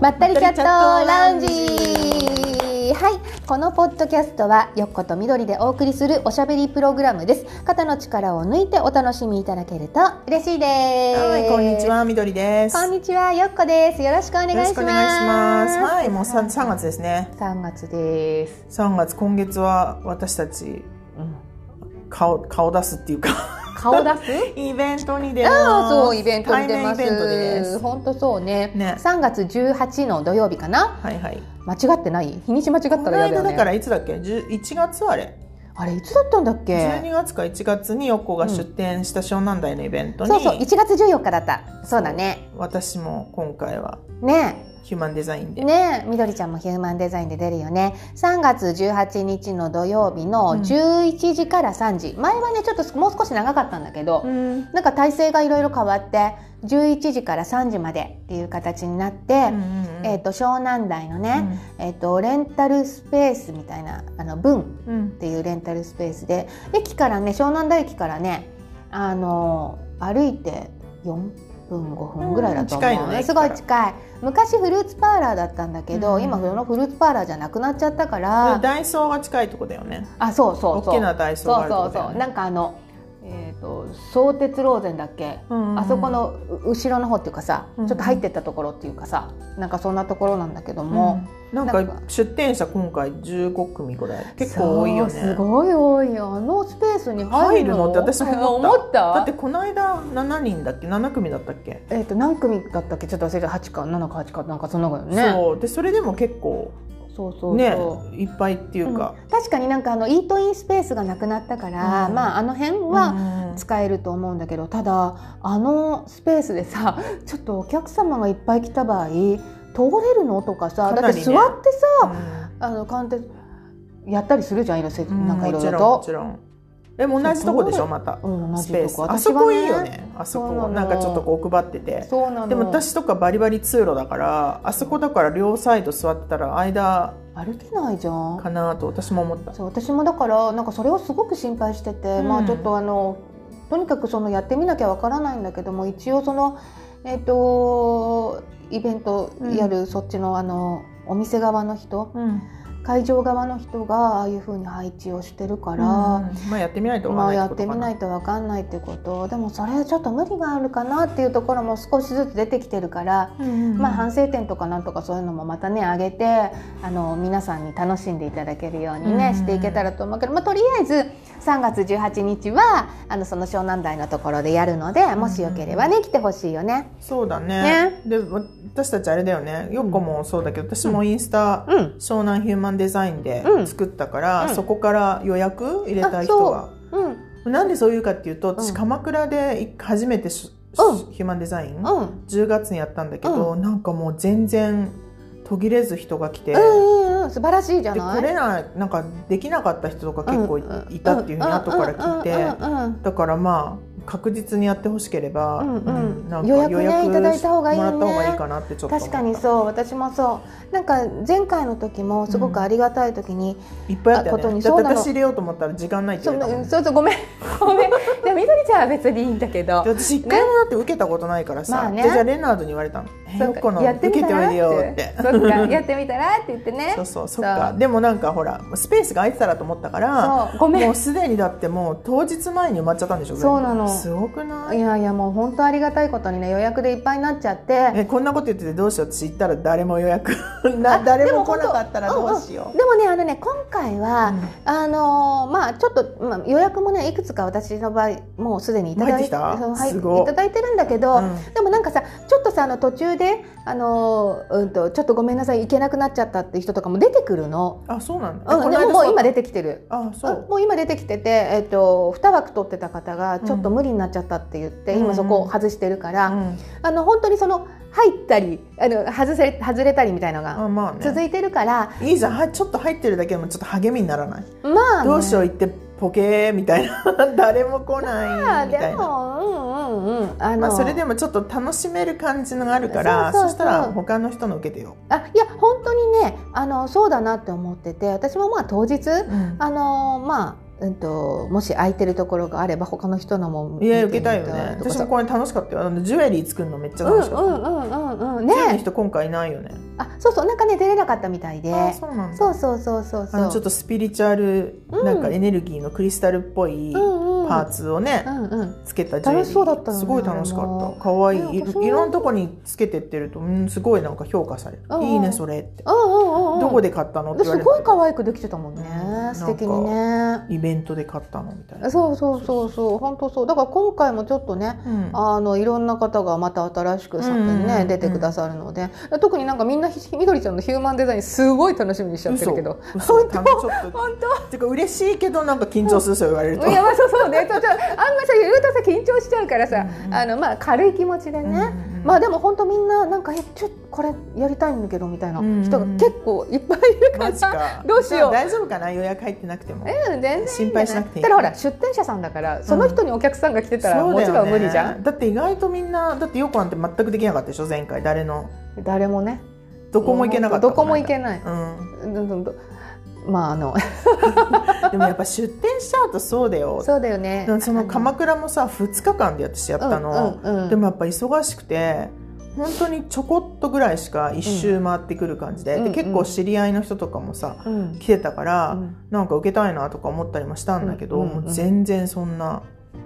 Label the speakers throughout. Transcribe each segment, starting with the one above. Speaker 1: まったりチャットラウンジ
Speaker 2: まったりチャ
Speaker 1: はいこのポッドキャストはよっことみどりでお送りするおしゃべりプログラムです肩の力を抜いてお楽しみいただけると嬉しいです
Speaker 2: はい、こんにちは、みどりです。
Speaker 1: こんにちはよっこですよろしくお願いし
Speaker 2: よろ
Speaker 1: ま
Speaker 2: し
Speaker 1: す
Speaker 2: くお願いします。はい、もう三三月ですね。
Speaker 1: 3月です、
Speaker 2: 三月、今月は私たち顔顔出すっていう か
Speaker 1: 顔出す
Speaker 2: イベントに出
Speaker 1: あ
Speaker 2: ま
Speaker 1: あ
Speaker 2: す。
Speaker 1: そうイベントに出ます
Speaker 2: 対面イベントです。
Speaker 1: 本当そうね
Speaker 2: ね
Speaker 1: 3月18の土曜日かな
Speaker 2: はいはい。
Speaker 1: 間違ってない日にち間違った
Speaker 2: この
Speaker 1: らやだよ
Speaker 2: 間だか
Speaker 1: ね
Speaker 2: らいつだっけ？十一月あれ。
Speaker 1: あれいつだったんだっけ
Speaker 2: 十二月か一月に横が出展した湘南台のイベントに、
Speaker 1: そうそう1月14日だったそうだね
Speaker 2: 私も今回は
Speaker 1: ね
Speaker 2: ヒューマンデザインで。
Speaker 1: ねみどりちゃんもヒューマンデザインで出るよね3月18日の土曜日の
Speaker 2: うん
Speaker 1: 11時から3時、前はねちょっともう少し長かったんだけど、
Speaker 2: うん。
Speaker 1: なんか体制がいろいろ変わって11時から3時までっていう形になって、えー、と湘南台のね、えー、とレンタルスペースみたいなあの文
Speaker 2: うん。うん
Speaker 1: っていうレンタルスペースで駅からね湘南台駅からねあの歩いて4分5分ぐらいだと思う、
Speaker 2: うん近いのね
Speaker 1: すごい近い昔フルーツパーラーだったんだけど、
Speaker 2: うん
Speaker 1: 今そのフルーツパーラーじゃなくなっちゃったか
Speaker 2: で
Speaker 1: ら
Speaker 2: ダイソーが近いとこだよね。
Speaker 1: あそうそう
Speaker 2: 大
Speaker 1: そう
Speaker 2: きなダイソー
Speaker 1: そ
Speaker 2: があ
Speaker 1: うそう
Speaker 2: るとこだよ
Speaker 1: そう
Speaker 2: ね。
Speaker 1: なんかあのえっ、と相鉄ローゼンだっけ
Speaker 2: うん
Speaker 1: あそこのう後ろの方っていうかさ、
Speaker 2: うん
Speaker 1: ちょっと入ってったところっていうかさなんかそんなところなんだけども、
Speaker 2: うんなん
Speaker 1: なんか
Speaker 2: か出展者今回15組ぐらい結構多いよ
Speaker 1: そ
Speaker 2: ね
Speaker 1: うすごい多いよあのスペースに入るの
Speaker 2: 入るのって私も思
Speaker 1: 思った
Speaker 2: だってこの間7人だっけ7組だったっけ、
Speaker 1: えっ、と何組だったっけちょっと忘れた8か7か8かなんかそんなことね
Speaker 2: そうでそれでも結構
Speaker 1: そうそうそう
Speaker 2: ねいっぱいっていうか、
Speaker 1: うん確かになんかあのイートインスペースがなくなったから、
Speaker 2: うん
Speaker 1: まああの辺
Speaker 2: うん
Speaker 1: は使えると思うんだけど、ただあのスペースでさちょっとお客様がいっぱい来た場合通れるのとかさ
Speaker 2: か
Speaker 1: だ
Speaker 2: な
Speaker 1: っ
Speaker 2: り
Speaker 1: て
Speaker 2: ね
Speaker 1: 座ってさ、
Speaker 2: うん
Speaker 1: あの鑑定やったりするじゃんいろいろせ
Speaker 2: うん
Speaker 1: なんかいろいろ
Speaker 2: も
Speaker 1: と
Speaker 2: ち。ろんもちろんえ同じとこでし
Speaker 1: そ
Speaker 2: ょまた
Speaker 1: うん、同
Speaker 2: ス
Speaker 1: じ
Speaker 2: ペー
Speaker 1: と
Speaker 2: ス
Speaker 1: こ
Speaker 2: あ
Speaker 1: 私
Speaker 2: そ
Speaker 1: は
Speaker 2: こいいよねあそ
Speaker 1: そうな
Speaker 2: こ
Speaker 1: の
Speaker 2: なんかちょっとこう配ってて
Speaker 1: そうなの
Speaker 2: でも私とかバリバリ通路だからあそこだから両サイド座ってたら間
Speaker 1: 歩けないじゃん
Speaker 2: かなと私も思った
Speaker 1: そう私もだからなんかそれをすごく心配してて、
Speaker 2: うん
Speaker 1: まあちょっとあのとにかくそのやってみなきゃわからないんだけども一応そのえっ、とイベントやるそっちのあの、お店側の人
Speaker 2: うん
Speaker 1: 会場側の人がああいう風に配置をしてるか
Speaker 2: うん
Speaker 1: ら、
Speaker 2: まあやってみないとわか
Speaker 1: ま
Speaker 2: ん
Speaker 1: あ
Speaker 2: ない
Speaker 1: や
Speaker 2: って
Speaker 1: っ
Speaker 2: こと
Speaker 1: て
Speaker 2: か
Speaker 1: み
Speaker 2: な
Speaker 1: ないとわかんないってことでもそれちょっと無理があるかなっていうところも少しずつ出てきてるから、まあ、反省点とかなんとかそういうのもまたね上げてあの皆さんに楽しんでいただけるようにね、
Speaker 2: うん
Speaker 1: していけたらと思うけど、まあ、とりあえず3月18日はあのその湘南台のところでやるのでもしよければね、来てほしいよね。
Speaker 2: そうだね
Speaker 1: ね
Speaker 2: で私たちあれだよねよっこもそうだけど私もインスタ、
Speaker 1: うん、
Speaker 2: 湘南ヒューマンデザインで
Speaker 1: うん
Speaker 2: 作ったから、
Speaker 1: うん
Speaker 2: そこから予約入れた人
Speaker 1: あ
Speaker 2: が
Speaker 1: うん、うん、
Speaker 2: なんでそういうかっていうと私、
Speaker 1: うん
Speaker 2: 鎌倉でい初めてし、
Speaker 1: う
Speaker 2: ヒューマンデザイン、
Speaker 1: うん、うん、
Speaker 2: 10月にやったんだけど、なんかもう全然途切れず人が来て、
Speaker 1: うん、うん、素晴らしいじゃ
Speaker 2: で
Speaker 1: ない。
Speaker 2: 来れないなんかできなかった人とか結構い,、
Speaker 1: うん
Speaker 2: たっていうふうに後から聞いて、
Speaker 1: うんうんうんうん
Speaker 2: だからまあ確実にやってほしければ、
Speaker 1: うんうん
Speaker 2: なんか
Speaker 1: 予約ねいただいた方がいいね
Speaker 2: もらった方がいいかなってちょっと思った
Speaker 1: 確かにそう私もそうなんか前回の時もすごくありがたい時に、
Speaker 2: いっぱいあったよ
Speaker 1: こと
Speaker 2: ね
Speaker 1: に
Speaker 2: だ
Speaker 1: そ
Speaker 2: っ
Speaker 1: う
Speaker 2: て
Speaker 1: なの
Speaker 2: 私入れようと思ったら時間ないって
Speaker 1: そ
Speaker 2: 言
Speaker 1: う
Speaker 2: われたもん
Speaker 1: そうそうごめんごめんでもみどりちゃんは別にいいんだけど
Speaker 2: で私一回もだって受けたことないからさ、
Speaker 1: まあね
Speaker 2: でじゃあレナードに言われたの「え
Speaker 1: そ
Speaker 2: よ
Speaker 1: う
Speaker 2: っ
Speaker 1: か
Speaker 2: この
Speaker 1: やって
Speaker 2: 受
Speaker 1: み
Speaker 2: け
Speaker 1: た
Speaker 2: て
Speaker 1: ら
Speaker 2: おいでよ」って
Speaker 1: そっかやってみたらって言ってね
Speaker 2: そうそうそっか
Speaker 1: そう
Speaker 2: でもなんかほらスペースが空いてたらと思ったから
Speaker 1: そうごめ
Speaker 2: も
Speaker 1: ん
Speaker 2: うすでにだってもう当日前に埋まっちゃったんでしょ全部
Speaker 1: そうなの
Speaker 2: すごくないい
Speaker 1: やいやもう本当ありがたいことにね予約でいっぱいになっちゃって
Speaker 2: えこんなこと言っててどうしよう私行ったら誰も予約 な誰も来なかったらどうしよう、
Speaker 1: でもねあのね今回は、
Speaker 2: う
Speaker 1: あのーまあちょっと、まあ、予約もねいくつか私の場合もうすでにいただい
Speaker 2: 入ってきた
Speaker 1: そうはい
Speaker 2: すごい
Speaker 1: いただいてるんだけど、
Speaker 2: ん
Speaker 1: でもなんかさちょっとさあの途中で、あのーうん、とちょっとごめんなさい行けなくなっちゃったっていう人とかも出てくるの、
Speaker 2: あそうなんだ、え
Speaker 1: う
Speaker 2: こ
Speaker 1: ん、
Speaker 2: の
Speaker 1: で
Speaker 2: 間
Speaker 1: ももう
Speaker 2: そう
Speaker 1: 今出てきてる
Speaker 2: あそ
Speaker 1: あ
Speaker 2: う
Speaker 1: もう今出てきてて、えっと2枠取ってた方がちょっと無理になっちゃったって言って、
Speaker 2: うん
Speaker 1: 今そこを外してるから、
Speaker 2: うん
Speaker 1: あの本当にその入ったりあの外せ外れたりみたいのが
Speaker 2: あまあね
Speaker 1: 続いてるから、
Speaker 2: いいじゃんはちょっと入ってるだけでもちょっと励みにならない
Speaker 1: まあ、ね、
Speaker 2: どうしよう
Speaker 1: う
Speaker 2: 行ってポケーみたいな 誰も来ないみ
Speaker 1: で
Speaker 2: たいな。
Speaker 1: もうんうんうんあの、
Speaker 2: まあ、それでもちょっと楽しめる感じのがあるから
Speaker 1: そうそうそ
Speaker 2: そ
Speaker 1: う
Speaker 2: したら他の人の受けてよ、
Speaker 1: あいや本当にねあのそうだなって思ってて私もまあ当日、
Speaker 2: うん
Speaker 1: あのまあうんともし空いてるところがあれば他の人のも見
Speaker 2: いや
Speaker 1: て
Speaker 2: 受
Speaker 1: み
Speaker 2: けたいよね
Speaker 1: とか
Speaker 2: 私
Speaker 1: さ
Speaker 2: もこれ楽しかったよあのジュエリー作るのめっちゃ
Speaker 1: うん
Speaker 2: 楽
Speaker 1: う
Speaker 2: しかった、
Speaker 1: んうんうんうん
Speaker 2: ジュエリーの
Speaker 1: ね
Speaker 2: 人今回いないよね
Speaker 1: あそうそうなんかね出れなかったみたいで
Speaker 2: あーそうなんだ
Speaker 1: そうそうそうそう
Speaker 2: あ
Speaker 1: そ
Speaker 2: の
Speaker 1: う
Speaker 2: ちょっとスピリチュアル
Speaker 1: うん
Speaker 2: なんかエネルギーのクリスタルっぽい
Speaker 1: うんうん
Speaker 2: パーツをね、
Speaker 1: うんうん
Speaker 2: つけたジュエリー
Speaker 1: 楽しそうだったよね
Speaker 2: すごい楽しか
Speaker 1: あれも
Speaker 2: ったかわいい、
Speaker 1: ね
Speaker 2: い
Speaker 1: 私も
Speaker 2: いろんなとこにつけてってると、うん、すごいなんか評価される、
Speaker 1: うんうん
Speaker 2: いいねそれって、
Speaker 1: うんうんうんうん
Speaker 2: どこで買ったのって
Speaker 1: で
Speaker 2: 言わ
Speaker 1: す
Speaker 2: れる
Speaker 1: ごい可愛くできてたもんね
Speaker 2: うん
Speaker 1: 素敵にね
Speaker 2: イベントで買ったのみたいな、
Speaker 1: そうそうそうそう本当そうだから今回もちょっとね
Speaker 2: うん
Speaker 1: あのいろんな方がまた新しく作品
Speaker 2: うんうん
Speaker 1: ね、
Speaker 2: うん
Speaker 1: 出てくださるので特になんかみんなひみどりちゃんのヒューマンデザインすごい楽しみにしちゃってるけど
Speaker 2: 嘘
Speaker 1: 本
Speaker 2: 多分ちょっと
Speaker 1: 本
Speaker 2: てか嬉しいけどなんか緊張するそう言われると
Speaker 1: 当いやまあそうそうねそうそうあんまさ言うとさ緊張しちゃうからさ、
Speaker 2: うんうん
Speaker 1: あのまあ軽い気持ちでね、
Speaker 2: うんうん
Speaker 1: まあでも本当みんななんかえちょっとこれやりたいんだけどみたいな人が結構いっぱいいるから
Speaker 2: マジ
Speaker 1: さ、
Speaker 2: か
Speaker 1: どうしよう
Speaker 2: じゃあ大丈夫かな予約入ってなくても
Speaker 1: うん全然いいんじゃ
Speaker 2: 心配しなくていい
Speaker 1: ただほら出店者さんだからその人にお客さんが来てたら
Speaker 2: そう
Speaker 1: も
Speaker 2: だ
Speaker 1: ち
Speaker 2: よ
Speaker 1: ろん
Speaker 2: ね
Speaker 1: 無理じゃん、
Speaker 2: だって意外とみんなだってよくあんって全くできなかったでしょ前回誰の
Speaker 1: 誰もね
Speaker 2: どこも行けなかった
Speaker 1: どこも行け
Speaker 2: な
Speaker 1: ない、
Speaker 2: うん、
Speaker 1: どんどんどんまああの
Speaker 2: でもやっぱ出店しちゃうとそうだよ
Speaker 1: そうだよね
Speaker 2: でもその鎌倉もさ2日間で私やったの、
Speaker 1: うんうんうん
Speaker 2: でもやっぱ忙しくて本当にちょこっとぐらいしか一周回ってくる感じで,、
Speaker 1: うんう
Speaker 2: で
Speaker 1: ん
Speaker 2: 結構知り合いの人とかもさ
Speaker 1: うん
Speaker 2: 来てたから、
Speaker 1: うん
Speaker 2: なんか受けたいなとか思ったりもしたんだけど、
Speaker 1: うんうんうん
Speaker 2: もう全然そんな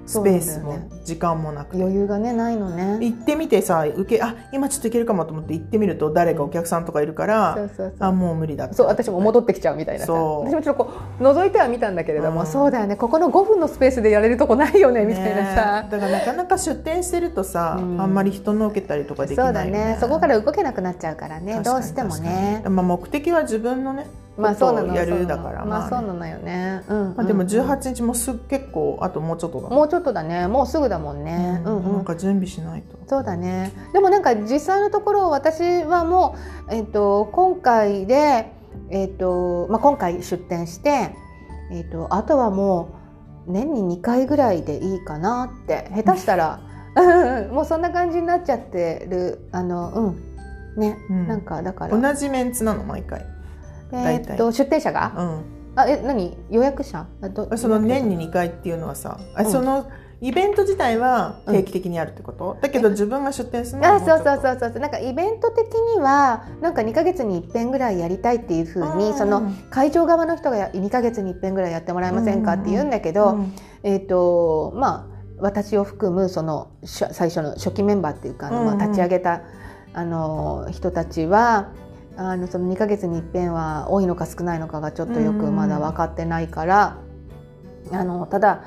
Speaker 2: スペース
Speaker 1: そうなん
Speaker 2: も
Speaker 1: だ
Speaker 2: 時間もなくて、
Speaker 1: 余裕がねないのね
Speaker 2: 行ってみてさ受けあ今ちょっと行けるかもと思って行ってみると誰かお客さんとかいるから、
Speaker 1: そうそうそ
Speaker 2: あ
Speaker 1: う
Speaker 2: もう無理だって
Speaker 1: そう私も戻ってきちゃうみたいなさ私
Speaker 2: そう
Speaker 1: もちょっとこう覗いては見たんだけれども、
Speaker 2: うん
Speaker 1: そうだよねここの5分のスペースでやれるとこないよねみたいなさ、
Speaker 2: ねだからなかなか出店してるとさ、
Speaker 1: うん
Speaker 2: あんまり人の受けたりとかでき
Speaker 1: そ
Speaker 2: な
Speaker 1: う
Speaker 2: い
Speaker 1: だ
Speaker 2: よ
Speaker 1: ねそこから動けなくなっちゃうからね
Speaker 2: 確か
Speaker 1: ど
Speaker 2: に
Speaker 1: うしてもね
Speaker 2: 確かにまあ、目的は自分のね
Speaker 1: まあ
Speaker 2: こ
Speaker 1: そう
Speaker 2: と
Speaker 1: なの
Speaker 2: をや
Speaker 1: そう
Speaker 2: る
Speaker 1: な
Speaker 2: だ
Speaker 1: の
Speaker 2: か
Speaker 1: ま
Speaker 2: ら
Speaker 1: あ
Speaker 2: まあ
Speaker 1: そう
Speaker 2: ね
Speaker 1: なのよね、うんうんうん
Speaker 2: まあでも18日もす結構あともうちょっとだね
Speaker 1: もうちょっとだねもうすぐだもんね、うんうん
Speaker 2: なんか準備しないと
Speaker 1: そうだねでもなんか実際のところ私はもう、えっと今回で、えっとまあ、今回出店して、えっとあとはもう年に2回ぐらいでいいかなって下手した ら うんうんもうそんな感じになっちゃってるあのうんね、
Speaker 2: うん
Speaker 1: なんかだから、
Speaker 2: 同じメンツなの毎回、
Speaker 1: えっと出店者が、
Speaker 2: うん、
Speaker 1: あえ何予約者あど
Speaker 2: その年に2回っていうのはさ、あ
Speaker 1: うん
Speaker 2: そのイベント自体は定期的にあるってこと、だけど自分が出店するの
Speaker 1: あそうそう
Speaker 2: う
Speaker 1: そうそうなんかイベント的にはなんか2ヶ月に1遍ぐらいやりたいっていうふう
Speaker 2: う
Speaker 1: に
Speaker 2: ん
Speaker 1: その会場側の人がや2ヶ月に1遍ぐらいやってもらえませんかって言うんだけど、
Speaker 2: うん
Speaker 1: えっ、とまあ私を含むそのしょ最初の初期メンバーっていうかあの、
Speaker 2: うんうん
Speaker 1: まあ、立ち上げたあの人たちはあのその2ヶ月に1遍は多いのか少ないのかがちょっとよ
Speaker 2: うんうん
Speaker 1: く
Speaker 2: うん
Speaker 1: まだ分かってないから、あのただ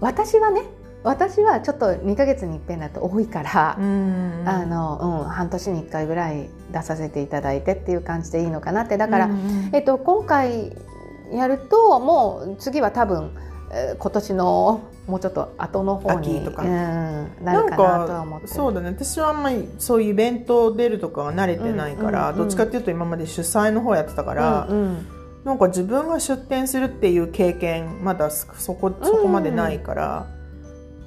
Speaker 1: 私はね私はちょっと2ヶ月に1遍だと多いから。
Speaker 2: うん
Speaker 1: あの、うん、半年に1回ぐらい出させていただいてっていう感じでいいのかなってだから、
Speaker 2: うんうん
Speaker 1: えっと、今回やるともう次は多分、えー今年のもうちょっと後の方に
Speaker 2: 秋とか
Speaker 1: うん、なるかなとは思ってる
Speaker 2: そうだね私はあんまりそういうイベント出るとかは慣れてないから、
Speaker 1: うんうんうん
Speaker 2: どっちかっていうと今まで主催の方やってたから、
Speaker 1: うんうん
Speaker 2: なんか自分が出店するっていう経験まだそそこそこまでないから、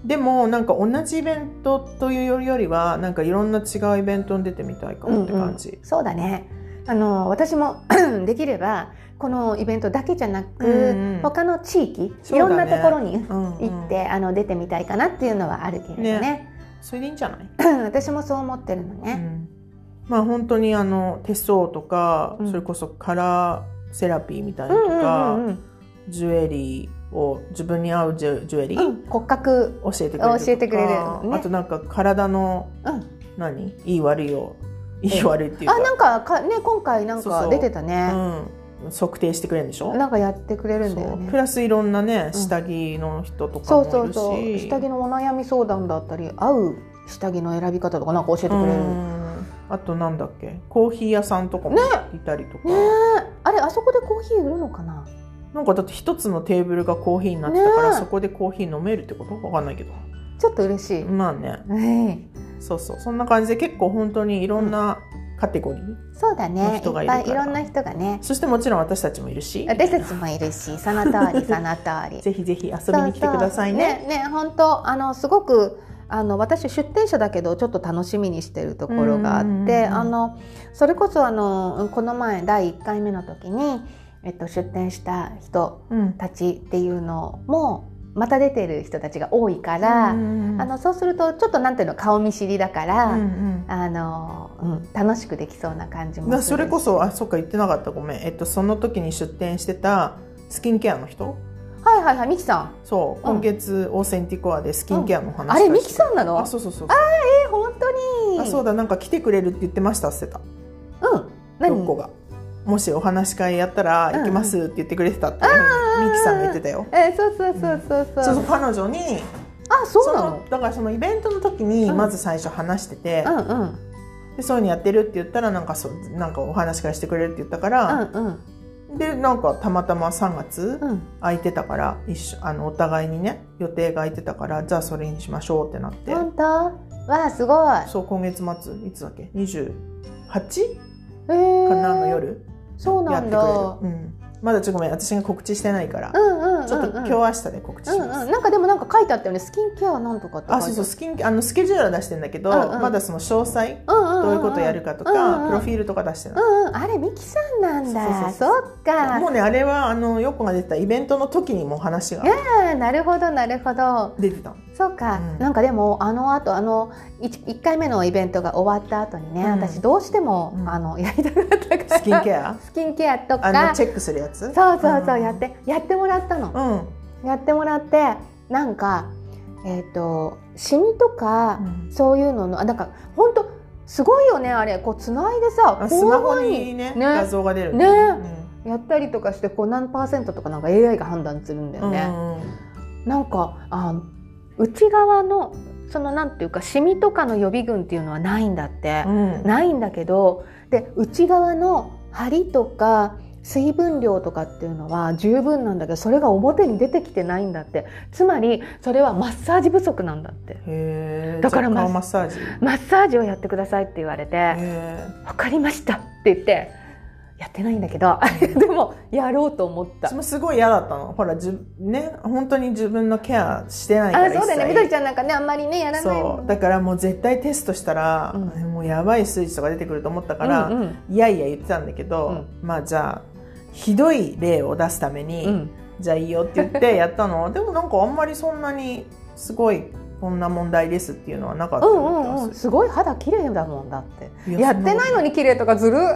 Speaker 2: でもなんか同じイベントというよりはなんかいろんな違うイベントに出てみたいかもって感じ。
Speaker 1: うんうんそうだねあの私も できればこのイベントだけじゃなく、
Speaker 2: うんうん
Speaker 1: 他の地域、い
Speaker 2: そうだ
Speaker 1: ろ
Speaker 2: ね
Speaker 1: んなところに
Speaker 2: うんうん
Speaker 1: 行って、あの出てみたいかなっていうのはあるけれどね
Speaker 2: それでいいんじゃない、
Speaker 1: 私もそう思ってるのね。
Speaker 2: うんまあ本当にあの手相とか、
Speaker 1: うん
Speaker 2: それこそカラーセラピーみたいな
Speaker 1: う
Speaker 2: のと
Speaker 1: んう
Speaker 2: か、
Speaker 1: んうんうん
Speaker 2: ジュエリーを自分に合うジュジュエリー、
Speaker 1: うん、骨格、
Speaker 2: 教えてくれるとか
Speaker 1: 教えてくれるのね
Speaker 2: あとなんか体の
Speaker 1: うん、
Speaker 2: 何いい悪いをいい悪いっていうか
Speaker 1: あなんかかね今回なん
Speaker 2: そうそ
Speaker 1: か
Speaker 2: う
Speaker 1: 出てたね
Speaker 2: うん、測定してくれるんでしょ
Speaker 1: なんかやってくれるんだよ
Speaker 2: そうプ
Speaker 1: ね
Speaker 2: ラスいろんなね
Speaker 1: ん
Speaker 2: 下着の人とか
Speaker 1: そ
Speaker 2: も
Speaker 1: う
Speaker 2: いるし、
Speaker 1: そうそう下着のお悩み相談だったり合う下着の選び方とかなんか教えてくれる
Speaker 2: う
Speaker 1: ね
Speaker 2: んあとなんだっけコーヒー屋さんとかもいたりとか、
Speaker 1: えあれあそこでコーヒー売るのかな
Speaker 2: なんかだって一つのテーブルがコーヒーになってたから、
Speaker 1: ねえ
Speaker 2: そこでコーヒー飲めるってことわかんないけど
Speaker 1: ちょっと嬉しい、
Speaker 2: まあね
Speaker 1: はい
Speaker 2: そうそうそんな感じで結構本当にいろんなカテゴリー、
Speaker 1: そうだねいっ
Speaker 2: 人が
Speaker 1: ぱ
Speaker 2: いるから
Speaker 1: いいろんな人がね
Speaker 2: そしてもちろん私たちもいるし
Speaker 1: 私たちもいるしその通りその通り
Speaker 2: ぜひぜひ遊びに来てくださいね。
Speaker 1: そうそうねね本当あのすごくあの私出店者だけどちょっと楽しみにしてるところがあって、
Speaker 2: うんうんうんうん
Speaker 1: あのそれこそあのこの前第1回目の時にえっと、出店した人
Speaker 2: うん
Speaker 1: たちっていうのもまた出てる人たちが多いから、あのそうするとちょっとなんていうの顔見知りだから、
Speaker 2: うん
Speaker 1: あのうん、楽しくできそうな感じ
Speaker 2: う
Speaker 1: もす
Speaker 2: んな
Speaker 1: る
Speaker 2: それこそあそっか言ってなかったごめんえっとその時に出店してたスキンケアの人
Speaker 1: はいはいはいミキさん
Speaker 2: そう
Speaker 1: うん
Speaker 2: 今月オーセンティコアでスキンケアの話
Speaker 1: あれミキさんなの
Speaker 2: あそうそうそう
Speaker 1: え本当に
Speaker 2: あそうだなんか来てくれるって言ってましたって言って
Speaker 1: うん
Speaker 2: た
Speaker 1: 何
Speaker 2: どこがもしお話し会やったら行きますって言ってくれてたっていうふうにミキさんが言ってたよ
Speaker 1: えーそうそうそうそうそう,、
Speaker 2: そうそう彼女に
Speaker 1: あそうな
Speaker 2: そ
Speaker 1: の
Speaker 2: のだからそのイベントの時に
Speaker 1: うん
Speaker 2: まず最初話してて、
Speaker 1: うんうん
Speaker 2: でそういうのやってるって言ったらなんかそうなんかお話し会してくれるって言ったから、
Speaker 1: うんうん
Speaker 2: でなんかたまたま3月
Speaker 1: うん
Speaker 2: 空いてたから一緒あのお互いにね予定が空いてたからじゃあそれにしましょうってなって、
Speaker 1: 本当わあすごい
Speaker 2: そう今月末いつだっけ 28?
Speaker 1: えー
Speaker 2: かなの夜
Speaker 1: そうな
Speaker 2: やって
Speaker 1: ん
Speaker 2: くれ
Speaker 1: だ
Speaker 2: る、うん、まだちょっとごめん私が告知してないから、
Speaker 1: うんうんうんうん
Speaker 2: ちょっと今日明日で告知し
Speaker 1: うん
Speaker 2: ます、
Speaker 1: うん、なんかでもなんか書いてあったよねスキンケアなんとかって書い
Speaker 2: あ
Speaker 1: て
Speaker 2: そう
Speaker 1: っ
Speaker 2: そ
Speaker 1: た
Speaker 2: うスキンあのスケジュールは出してんだけど、
Speaker 1: うんうん
Speaker 2: まだその詳細
Speaker 1: うんうんんん
Speaker 2: どういうことやるかと
Speaker 1: うんうん
Speaker 2: かプロフィールとか出してない
Speaker 1: うんうんあれミキさんなんだ
Speaker 2: そうそう
Speaker 1: そっか
Speaker 2: もうねあれはあのヨッコが出てたイベントの時にもう話が
Speaker 1: あーなるほどなるほど
Speaker 2: 出てたの
Speaker 1: そうか、
Speaker 2: うん
Speaker 1: なんかでもあの後あの 1, 回目のイベントが終わった後にね、
Speaker 2: うん
Speaker 1: 私どうしても、
Speaker 2: うん
Speaker 1: あのやりたかったから
Speaker 2: スキンケ ア
Speaker 1: スキンケアと
Speaker 2: あの
Speaker 1: か
Speaker 2: チェックするやつ
Speaker 1: そうそうそう、
Speaker 2: ん
Speaker 1: やってやってもらったの、
Speaker 2: うん、
Speaker 1: やってもらってなんかえっ、とシミとか、
Speaker 2: うん
Speaker 1: そういうののあなんか本当すごいよねあれこうつないでさこうい
Speaker 2: あ
Speaker 1: う
Speaker 2: スマホ
Speaker 1: ふう
Speaker 2: にね
Speaker 1: ね
Speaker 2: 画像が出る
Speaker 1: ね
Speaker 2: うん
Speaker 1: やったりとかしてこう何パーセントとかなんか AI が判断するんだよね。
Speaker 2: うん
Speaker 1: なんかあ内側のそのなんていうかシミとかの予備軍っていうのはないんだって、
Speaker 2: うん
Speaker 1: ないんだけどで内側の張りとか水分量とかっていうのは十分なんだけどそれが表に出てきてないんだってつまりそれはマッサージ不足なんだって
Speaker 2: へえ
Speaker 1: だから
Speaker 2: マ
Speaker 1: マッ
Speaker 2: ッサージへ
Speaker 1: マッサージをやってくださいって言われて
Speaker 2: え
Speaker 1: 「分かりました」って言ってやってないんだけど でもやろうと思った
Speaker 2: 私。もすごい嫌だったのほらじゅね本当に自分のケアしてないから
Speaker 1: あそうだよね
Speaker 2: 一切
Speaker 1: みどりちゃんなんかねあんまりねやらないも
Speaker 2: そ
Speaker 1: ん
Speaker 2: う
Speaker 1: ね
Speaker 2: だからもう絶対テストしたら、
Speaker 1: うん
Speaker 2: もうやばい数値とか出てくると思ったから、
Speaker 1: うんうん
Speaker 2: いやいや言ってたんだけど、まあじゃあひどい例を出すために、
Speaker 1: うん
Speaker 2: じゃあいいよって言ってやっ たのでもなんかあんまりそんなにすごいこんな問題ですっていうのはなかった
Speaker 1: う
Speaker 2: よ
Speaker 1: ん
Speaker 2: うな
Speaker 1: う
Speaker 2: 気が
Speaker 1: んうん、
Speaker 2: す
Speaker 1: すごい肌綺麗だもんだって
Speaker 2: る
Speaker 1: やってないのに綺麗とかずる
Speaker 2: そん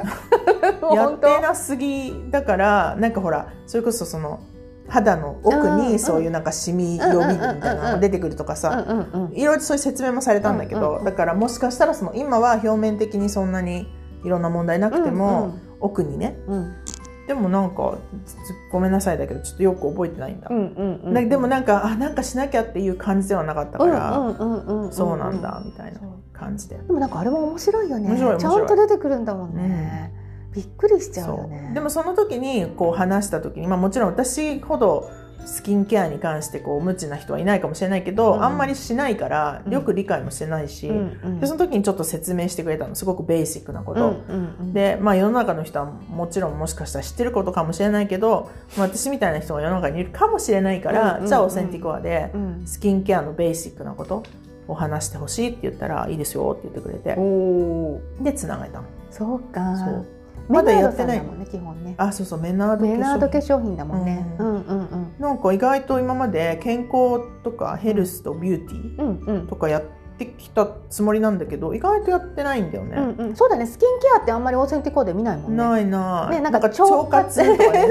Speaker 2: な
Speaker 1: 本
Speaker 2: ことやって
Speaker 1: 当
Speaker 2: なすぎだからなんかほらそれこそその肌の奥
Speaker 1: うんうん
Speaker 2: にそういうなんかシミ予備軍みたいなのが出てくるとかさ、
Speaker 1: うんうんうん
Speaker 2: いろいろそういう説明もされたんだけど、
Speaker 1: うんうん
Speaker 2: だからもしかしたらその今は表面的にそんなにいろんな問題なくても、奥にね
Speaker 1: うんうん
Speaker 2: でもなんかつつごめんなさいだけどちょっとよく覚えてないんだ、
Speaker 1: うんうんうん
Speaker 2: なでもなんかあなんかしなきゃっていう感じではなかったから、
Speaker 1: うんうんうんうんうん
Speaker 2: そうなんだみたいな
Speaker 1: そう
Speaker 2: 感じで、
Speaker 1: でもなんかあれも面白いよね
Speaker 2: 面白い面白い
Speaker 1: ちゃんと出てくるんだもんね、びっくりしちゃうよね
Speaker 2: でもその時にこう話した時に、まあ、もちろん私ほどスキンケアに関してこう無知な人はいないかもしれないけど、
Speaker 1: うん
Speaker 2: あんまりしないからよく理解もしてないし、
Speaker 1: うんうん
Speaker 2: でその時にちょっと説明してくれたのすごくベーシックなこ
Speaker 1: うん
Speaker 2: と、
Speaker 1: うんうん
Speaker 2: で、まあ、世の中の人はもちろんもしかしたら知ってることかもしれないけど、まあ、私みたいな人が世の中にいるかもしれないから、
Speaker 1: うんうん
Speaker 2: じゃあオーセンティコアで
Speaker 1: うん
Speaker 2: スキンケアのベーシックなことを話してほしいって言ったらいいですよって言ってくれて
Speaker 1: おお
Speaker 2: でつながれたの
Speaker 1: そうか
Speaker 2: そう
Speaker 1: メ
Speaker 2: ま
Speaker 1: ナ
Speaker 2: だ
Speaker 1: ー
Speaker 2: や
Speaker 1: ド
Speaker 2: って
Speaker 1: さん
Speaker 2: ない
Speaker 1: だもんね基本ね
Speaker 2: あそうそうメナード化粧
Speaker 1: メナード化粧品だもんねう
Speaker 2: うん
Speaker 1: うんうん
Speaker 2: なんか意外と今まで健康とかヘルスとビューティ
Speaker 1: うんうん
Speaker 2: ーとかやってきたつもりなんだけど意外とやってないんだよ
Speaker 1: うん
Speaker 2: ね、
Speaker 1: うん、そうだねスキンケアってあんまりオーセンティコーで見ないもんね
Speaker 2: ないない、
Speaker 1: ねなんか
Speaker 2: 腸活とかねそうそうそう
Speaker 1: そういう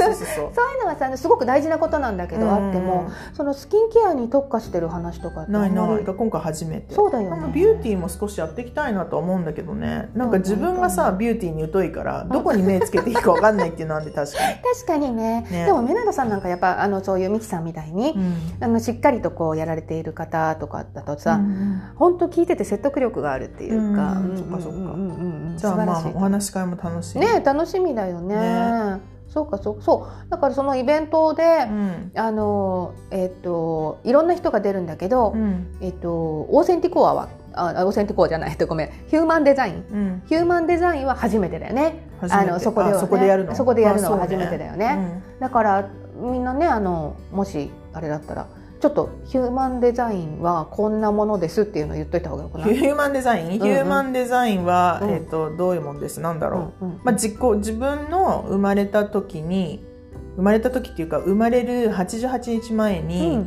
Speaker 1: のはさすごく大事なことなんだけど、あっても
Speaker 2: う
Speaker 1: そのスキンケアに特化してる話とかって
Speaker 2: んない
Speaker 1: あん
Speaker 2: な
Speaker 1: ま
Speaker 2: い
Speaker 1: り
Speaker 2: だから今回初めて
Speaker 1: そうだよ
Speaker 2: あの
Speaker 1: ね
Speaker 2: ビューティーも少しやっていきたいなとは思うんだけどねなんか自分がさビューティーに疎いからどこに目つけていいかわかんないっていうのなんで確か
Speaker 1: 確かにね
Speaker 2: ね
Speaker 1: でもメナドさんなんかやっぱあのそういうミキさんみたいに、
Speaker 2: に、
Speaker 1: あのしっかりとこうやられている方とかだと
Speaker 2: う
Speaker 1: さ、
Speaker 2: ん
Speaker 1: 本当聞いてて説得力があるっていうか、
Speaker 2: うん
Speaker 1: ん
Speaker 2: そっかそっか
Speaker 1: うんうんうんうん
Speaker 2: じゃあまあ
Speaker 1: 素晴
Speaker 2: お
Speaker 1: ら
Speaker 2: 話し会も楽し
Speaker 1: しい
Speaker 2: い
Speaker 1: ね楽しみだよね
Speaker 2: ね
Speaker 1: そうかそうそうだからそのイベントで、
Speaker 2: うん
Speaker 1: あのえっ、といろんな人が出るんだけど、
Speaker 2: うん
Speaker 1: えっと、オーセンティコアはあオーセンティコアじゃないとごめんヒューマンデザイン
Speaker 2: うん
Speaker 1: ヒューマンデザインは初めてだよね
Speaker 2: 初め
Speaker 1: あ
Speaker 2: て
Speaker 1: のそこではね
Speaker 2: あそこでやるの
Speaker 1: そこでやるのは
Speaker 2: あそ
Speaker 1: 初
Speaker 2: う
Speaker 1: めてだよねだからみんなねあのもしあれだったらちょっとヒューマンデザインはこんなものですっていうのを言っといた方がよく
Speaker 2: うん
Speaker 1: な
Speaker 2: ヒ
Speaker 1: い、
Speaker 2: ューマンデザイン、ヒューマンデザインは、
Speaker 1: うん
Speaker 2: えっとどういうもんですなんだ
Speaker 1: う
Speaker 2: ろう、
Speaker 1: んうん
Speaker 2: まあ、自己自分の生まれた時に生まれた時っていうか生まれる88日前に、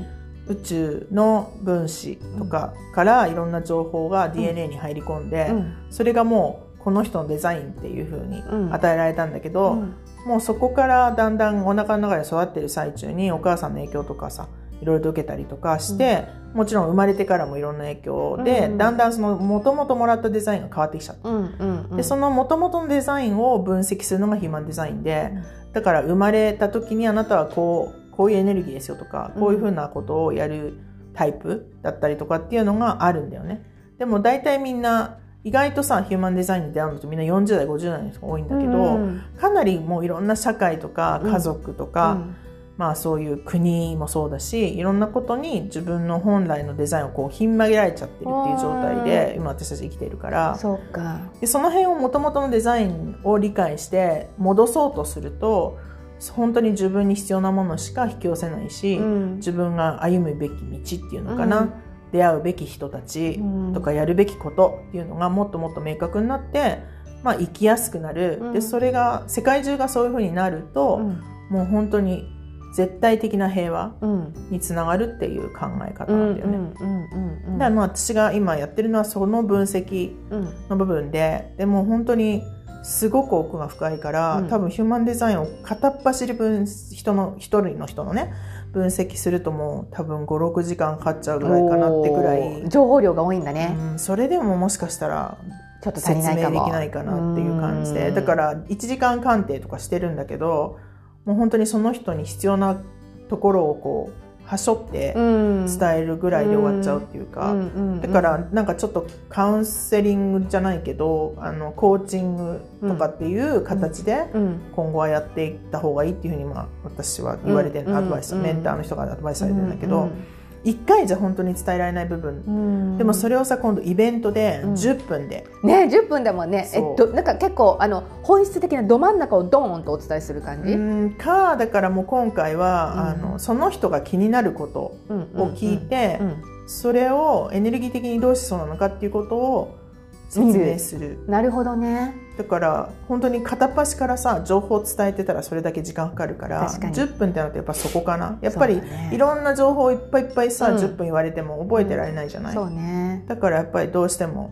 Speaker 2: 宇宙の分子とかからいろんな情報が DNA に入り込んで、それがもうこの人のデザインっていう風に与えられたんだけど、もうそこからだんだんお腹の中で育ってる最中にお母さんの影響とかさいろいろと受けたりとかして、もちろん生まれてからもいろんな影響で、だんだんそのもともともらったデザインが変わってきちゃった。でそのもともとのデザインを分析するのがヒューマンデザインで、だから生まれた時にあなたはこうこういうエネルギーですよとかこういうふうなことをやるタイプだったりとかっていうのがあるんだよね。でも大体みんな意外とさヒューマンデザインに出会うのってみんな40代50代の人が多いんだけど、
Speaker 1: うんうん
Speaker 2: かなりもういろんな社会とか家族とか、まあそういう国もそうだしいろんなことに自分の本来のデザインをこうひん曲げられちゃってるっていう状態で今私たち生きているから
Speaker 1: そうか
Speaker 2: でその辺をもともとのデザインを理解して戻そうとすると本当に自分に必要なものしか引き寄せないし、
Speaker 1: うん
Speaker 2: 自分が歩むべき道っていうのかな、
Speaker 1: うん
Speaker 2: 出会うべき人たちとかやるべきことっていうのがもっともっと明確になって、まあ、生きやすくなる、
Speaker 1: うん
Speaker 2: でそれが世界中がそういうふうになると、
Speaker 1: うん
Speaker 2: もう本当に絶対的な平和
Speaker 1: うん
Speaker 2: につながるっていう考え方
Speaker 1: うんう
Speaker 2: なんんだよね。
Speaker 1: うんうんうん
Speaker 2: だからまあ私が今やってるのはその分析
Speaker 1: うん
Speaker 2: の部分ででも本当にすごく奥が深いから、
Speaker 1: うん
Speaker 2: 多分ヒューマンデザインを片っ走り分人の一人の人のね分析するともう多分56時間かかっちゃうぐらいかなってぐらい、
Speaker 1: おー情報量が多いんだね、
Speaker 2: うんそれでももしかしたら
Speaker 1: ちょっと足りない
Speaker 2: 説明で
Speaker 1: か
Speaker 2: き
Speaker 1: も
Speaker 2: ないかなっていう感じで
Speaker 1: うん
Speaker 2: だから1時間鑑定とかしてるんだけどもう本当にその人に必要なところをこうはしょって
Speaker 1: うん
Speaker 2: 伝えるぐらいで終わっちゃうっていうか、
Speaker 1: うんうんうん
Speaker 2: だからなんかちょっとカウンセリングじゃないけどあのコーチングとかっていう形で
Speaker 1: うん
Speaker 2: 今後はやっていった方がいいっていうふうにまあ私は言われてる、
Speaker 1: うん
Speaker 2: アドバイス
Speaker 1: うん
Speaker 2: メンターの人からアドバイスされてるんだけ
Speaker 1: う
Speaker 2: ど、
Speaker 1: ん
Speaker 2: 一回じゃ本当に伝えられない部分、
Speaker 1: うん
Speaker 2: でもそれをさ今度イベントで
Speaker 1: うん
Speaker 2: 10分で、
Speaker 1: ね10分だもんねえ
Speaker 2: そう
Speaker 1: っとなんか結構あの本質的など真ん中をドーンとお伝えする感じ、
Speaker 2: うんかだからもう今回は、
Speaker 1: うん
Speaker 2: あのその人が気になること
Speaker 1: うんうん
Speaker 2: を聞いて、
Speaker 1: うん
Speaker 2: それをエネルギー的にどうしてそうなのかっていうことを説明する。
Speaker 1: なるほどね
Speaker 2: だから本当に片っ端からさ情報を伝えてたらそれだけ時間かかるから
Speaker 1: 確かに
Speaker 2: 10分ってなるとやっぱそこかなやっぱり
Speaker 1: そうだね
Speaker 2: いろんな情報をいっぱいいっぱいさ、
Speaker 1: うん
Speaker 2: 10分言われても覚えてられないじゃない、
Speaker 1: そうね
Speaker 2: だからやっぱりどうしても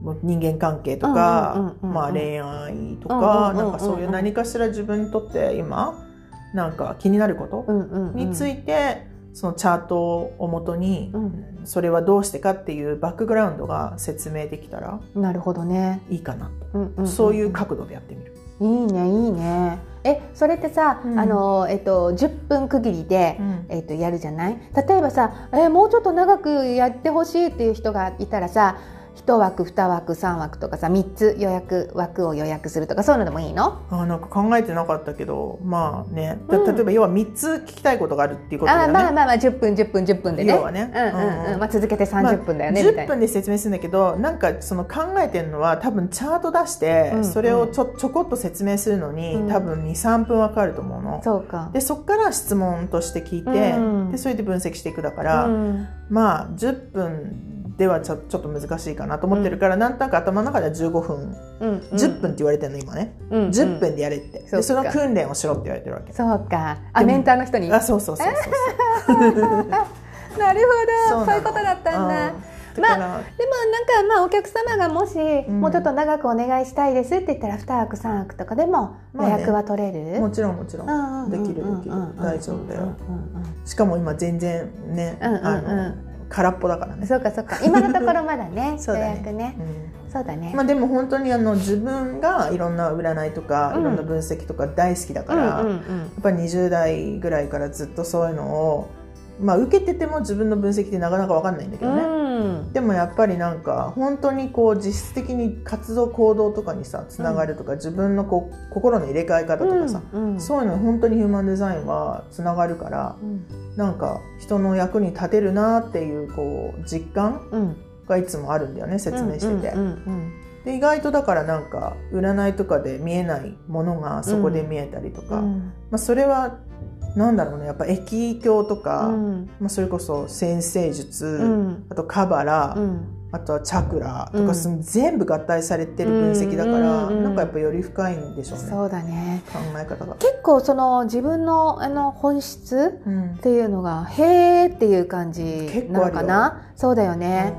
Speaker 2: もう人間関係とか、
Speaker 1: うんうんうんうん
Speaker 2: まあ、恋愛とか、
Speaker 1: うんうんうんうんうん
Speaker 2: なんかそういう何かしら自分にとって今なんか気になること
Speaker 1: うんうん、うん、
Speaker 2: について、そのチャートをもとに、
Speaker 1: うん
Speaker 2: それはどうしてかっていうバックグラウンドが説明できたら
Speaker 1: なるほどね、
Speaker 2: いいかな
Speaker 1: う
Speaker 2: と、
Speaker 1: んうんん
Speaker 2: そういう角度でやってみる。
Speaker 1: いいねいいねえそれってさ、
Speaker 2: うん
Speaker 1: あのえっと10分区切りで、えっとやるじゃない例えばさ、えーもうちょっと長くやってほしいっていう人がいたらさ1枠2枠3枠とかさ3つ予約枠を予約するとかそういうのでもいいの
Speaker 2: あなんか考えてなかったけどまあね、た
Speaker 1: うん
Speaker 2: 例えば要は3つ聞きたいことがあるっていうことだ
Speaker 1: あ
Speaker 2: よ
Speaker 1: ー
Speaker 2: ね。
Speaker 1: まあまあまあ10分10分10分でね
Speaker 2: 要はね
Speaker 1: うんうん
Speaker 2: う
Speaker 1: うん
Speaker 2: ん
Speaker 1: まあ、続けて30分だよね、みた
Speaker 2: 10
Speaker 1: いな
Speaker 2: 分で説明するんだけどなんかその考えてるのは多分チャート出して、
Speaker 1: うん
Speaker 2: それをちょちょこっと説明するのに、
Speaker 1: うん
Speaker 2: 多分23分はかかると思うの。
Speaker 1: そうか
Speaker 2: でそっから質問として聞いて、
Speaker 1: うん
Speaker 2: でそれで分析していくだから、
Speaker 1: うん
Speaker 2: まあ10分ではちょちょっと難しいかなと思ってるから、なんとなく頭の中では15分、
Speaker 1: うんうん
Speaker 2: 10分って言われてるの今ね、
Speaker 1: うんうん
Speaker 2: 10分でやれって、
Speaker 1: そっか
Speaker 2: でその訓練をしろって言われてるわけ。
Speaker 1: そうかあ
Speaker 2: でも
Speaker 1: メンターの人に
Speaker 2: あそうそうそうそう
Speaker 1: なるほど
Speaker 2: そうなの
Speaker 1: そういうことだったんだ、
Speaker 2: うんだから、
Speaker 1: でもなんかまあお客様がもし、
Speaker 2: ん
Speaker 1: もうちょっと長くお願いしたいですって言ったら2枠3枠とかでも予
Speaker 2: まあね
Speaker 1: 約は取れる、
Speaker 2: もちろんもちろん、
Speaker 1: うんうんうんうん
Speaker 2: できるできる大丈夫だよ
Speaker 1: うんうん
Speaker 2: しかも今全然ね、
Speaker 1: うんうんうん
Speaker 2: あの空っぽだから
Speaker 1: うん
Speaker 2: ね、
Speaker 1: そうかそうか今のところまだね
Speaker 2: そうだね
Speaker 1: 予約ね
Speaker 2: う
Speaker 1: そうだね、
Speaker 2: んまあ、でも本当にあの自分がいろんな占いとか、
Speaker 1: うん
Speaker 2: いろんな分析とか大好きだから、
Speaker 1: うんう
Speaker 2: や
Speaker 1: んうん
Speaker 2: っぱ20代ぐらいからずっとそういうのを、まあ、受けてても自分の分析ってなかなか分かんないんだけどね、
Speaker 1: うん
Speaker 2: でもやっぱりなんか本当にこう実質的に活動行動とかにさつながるとか、自分のこう心の入れ替え方とかさ、
Speaker 1: うんうん
Speaker 2: そういうの本当にヒューマンデザインはつながるから
Speaker 1: うん
Speaker 2: なんか人の役に立てるなっていうこう実感
Speaker 1: うん
Speaker 2: がいつもあるんだよね説明してて、
Speaker 1: うんうん
Speaker 2: で意外とだからなんか占いとかで見えないものがそこで見えたりと
Speaker 1: う
Speaker 2: か、ま
Speaker 1: ん
Speaker 2: あ、それはなんだろうねやっぱ疫鏡とか、
Speaker 1: うん
Speaker 2: まあ、それこそ先生術、
Speaker 1: うん
Speaker 2: あとカバラ、
Speaker 1: うん
Speaker 2: あとはチャクラと
Speaker 1: う
Speaker 2: か、
Speaker 1: ん
Speaker 2: その全部合体されてる分析だから、
Speaker 1: うんうんうん
Speaker 2: なんかやっぱより深いんでしょうね
Speaker 1: そうだね
Speaker 2: 考え方が。
Speaker 1: 結構その自分のあの本質
Speaker 2: うん
Speaker 1: っていうのが「へーっていう感じなのかなそうだよね、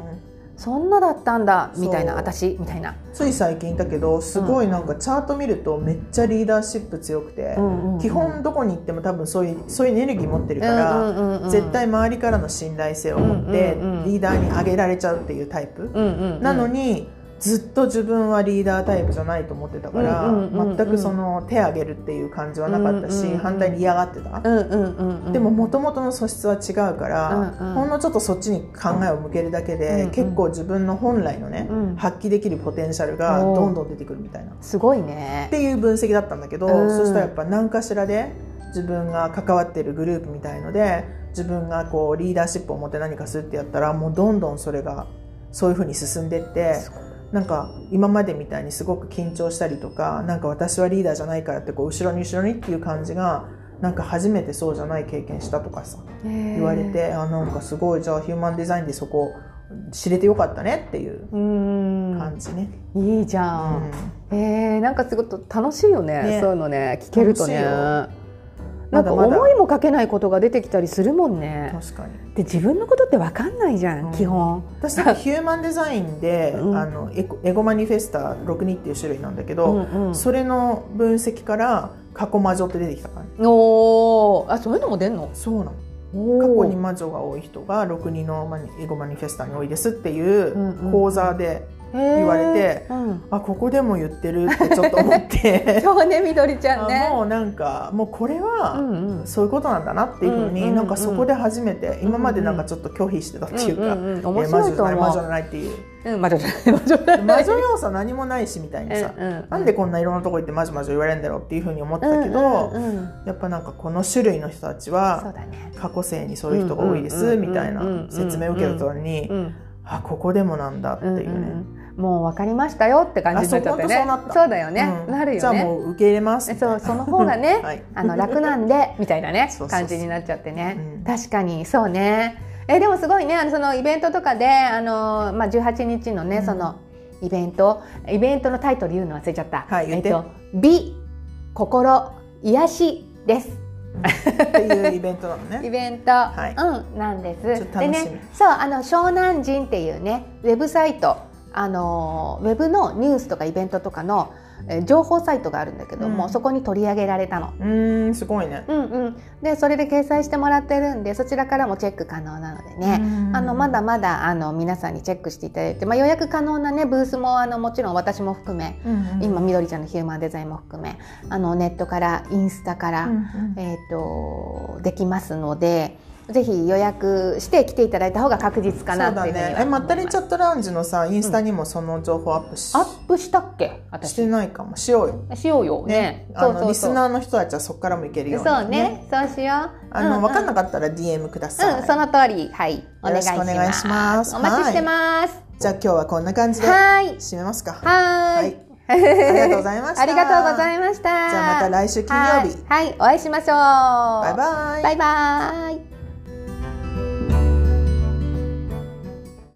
Speaker 1: そんなだったんだみたいな
Speaker 2: そう
Speaker 1: 私みたいな、
Speaker 2: うんつい最近だけどすごいなんかチャート見るとめっちゃリーダーシップ強くて、基本どこに行っても多分そういうそういうエネルギー持ってるから、
Speaker 1: うんうんうんうん
Speaker 2: 絶対周りからの信頼性を持って
Speaker 1: うんうんうん
Speaker 2: リーダーに上げられちゃうっていうタイプ、
Speaker 1: うんうんうん
Speaker 2: なのにずっと自分はリーダータイプじゃないと思ってたから、
Speaker 1: うんうんうんうん
Speaker 2: 全くその手上げるっていう感じはなかったし、
Speaker 1: うんうんうん
Speaker 2: 反対に嫌がってた、
Speaker 1: うんうんうんうん
Speaker 2: でも元々の素質は違うから、
Speaker 1: うんうん
Speaker 2: ほんのちょっとそっちに考えを向けるだけ
Speaker 1: うん
Speaker 2: で、
Speaker 1: うん
Speaker 2: 結構自分の本来のね、
Speaker 1: うん
Speaker 2: 発揮できるポテンシャルがどんどん出てくるみたいな。っ
Speaker 1: すごいね
Speaker 2: ていう分析だったんだけど、
Speaker 1: うん
Speaker 2: そしたらやっぱ何かしらで自分が関わってるグループみたいので自分がこうリーダーシップを持って何かするってやったらもうどんどんそれがそういうふうに進んでって
Speaker 1: すごい
Speaker 2: なんか今までみたいにすごく緊張したりとかなんか私はリーダーじゃないからってこう後ろに後ろにっていう感じがなんか初めてそうじゃない経験したとかさ言われて、あなんかすごいじゃあヒューマンデザインでそこ知れてよかったねっていう
Speaker 1: うー
Speaker 2: 感じね。
Speaker 1: んいいじゃ
Speaker 2: うん
Speaker 1: ん、えーなんかすごく楽しいよね
Speaker 2: ね
Speaker 1: そういうのね聞けるとね
Speaker 2: 楽
Speaker 1: なん
Speaker 2: まだ
Speaker 1: か
Speaker 2: まだ
Speaker 1: 思いもかけないことが出てきたりするもんね
Speaker 2: 確かに
Speaker 1: で自分のことってわかんないじゃん、
Speaker 2: うん
Speaker 1: 基本
Speaker 2: 私なんかヒューマンデザインで、
Speaker 1: うん
Speaker 2: あのエコエゴマニフェスタ62っていう種類なんだけ
Speaker 1: う
Speaker 2: ど、
Speaker 1: んうん
Speaker 2: それの分析から過去魔女って出てきたからね
Speaker 1: おーあそういうのも出んの
Speaker 2: そうなの
Speaker 1: お
Speaker 2: 過
Speaker 1: ー
Speaker 2: 去に魔女が多い人が6人のマニエゴマニフェスタに多いですってい
Speaker 1: うんうん
Speaker 2: う講座で、言われて
Speaker 1: へーうん
Speaker 2: あここでも言ってるってちょっと思って
Speaker 1: そう ねみどりちゃん
Speaker 2: あ
Speaker 1: ね
Speaker 2: もうなんかもうこれ
Speaker 1: う
Speaker 2: は
Speaker 1: んうん
Speaker 2: そういうことなんだなっていうふうに、
Speaker 1: うんうんうん
Speaker 2: なんかそこで初めて今までなんかちょっと拒否してたっていうか、
Speaker 1: うんうんうん
Speaker 2: え
Speaker 1: 面
Speaker 2: 魔
Speaker 1: 白
Speaker 2: 女
Speaker 1: い
Speaker 2: じ
Speaker 1: と
Speaker 2: ゃない
Speaker 1: 思
Speaker 2: 魔女じ
Speaker 1: う
Speaker 2: ゃないっていう
Speaker 1: うん魔女じゃない魔女じゃな
Speaker 2: 魔
Speaker 1: い
Speaker 2: 女要素何もないしみたいなさ、
Speaker 1: うんうん
Speaker 2: なんでこんないろんなとこ行って魔女魔女言われるんだろうっていうふうに思ってたけど、
Speaker 1: うんうんうん
Speaker 2: やっぱなんかこの種類の人たち
Speaker 1: そう
Speaker 2: は
Speaker 1: だね
Speaker 2: 過去生にそういう人が多いで
Speaker 1: うんうんう
Speaker 2: す
Speaker 1: んうん
Speaker 2: みたいな説明を受けたとに、
Speaker 1: うん
Speaker 2: あここでもなんだっていうね、
Speaker 1: んうん、もう分かりましたよって感じになっちゃってね
Speaker 2: あそう本当そうなった
Speaker 1: だよね、
Speaker 2: うん
Speaker 1: なる
Speaker 2: じゃ
Speaker 1: よね
Speaker 2: あもう受け入れます
Speaker 1: え
Speaker 2: みたい
Speaker 1: そ
Speaker 2: な
Speaker 1: うその方がね、
Speaker 2: はい
Speaker 1: あの楽なんでみたいなね
Speaker 2: そうそうそう
Speaker 1: 感じになっちゃってね、
Speaker 2: うん
Speaker 1: 確かにそうねえでもすごいねあのそのイベントとかであの、まあ、18日のね、
Speaker 2: うん
Speaker 1: そのイベントイベントのタイトル言うの忘れちゃった、
Speaker 2: はい言って
Speaker 1: えっと、美心癒しです
Speaker 2: っていうイベントなのね
Speaker 1: イベント、
Speaker 2: い
Speaker 1: うんなんです。
Speaker 2: ちょっと楽しみ
Speaker 1: でね、そうあの湘南人っていうねウェブサイト、あのーウェブのニュースとかイベントとかの、えー情報サイトがあるんだけども、
Speaker 2: うん
Speaker 1: そこに取り上げられたの。
Speaker 2: うーんすごいね、
Speaker 1: うんうん。でそれで掲載してもらってるんで、そちらからもチェック可能なのでね。あのまだまだあの皆さんにチェックしていただいて、まあ、予約可能なねブースもあのもちろん私も含め、今みどりちゃんのヒューマンデザインも含めあのネットからインスタから、えー、とできますのでぜひ予約して来ていただいた方が確実かな
Speaker 2: そう
Speaker 1: っ
Speaker 2: だ
Speaker 1: ていうふうには
Speaker 2: ね
Speaker 1: 思い
Speaker 2: え
Speaker 1: ま
Speaker 2: ますったりチャットラウンジのさインスタにもその情報アップし,、
Speaker 1: アップしたっけ私
Speaker 2: してないかもしようよ
Speaker 1: しようよね
Speaker 2: あのリ
Speaker 1: そ
Speaker 2: ス
Speaker 1: うそ
Speaker 2: ナーの人たちはそこからもいけるよ
Speaker 1: う
Speaker 2: うに
Speaker 1: そうねそうしよう
Speaker 2: あの、分かんな
Speaker 1: っ
Speaker 2: かったら DM くだ
Speaker 1: た
Speaker 2: さい、
Speaker 1: うんその通りはいお願いします
Speaker 2: よろしくお願いします
Speaker 1: お待ちしてます
Speaker 2: じゃあ今日はこんな感じで
Speaker 1: はーい
Speaker 2: 締めますか
Speaker 1: はーいあり
Speaker 2: ありがとうございました
Speaker 1: ありがとうございました
Speaker 2: じゃあまた来週金曜日
Speaker 1: はいはいお会いしましょう
Speaker 2: バイバイ
Speaker 1: バイバイ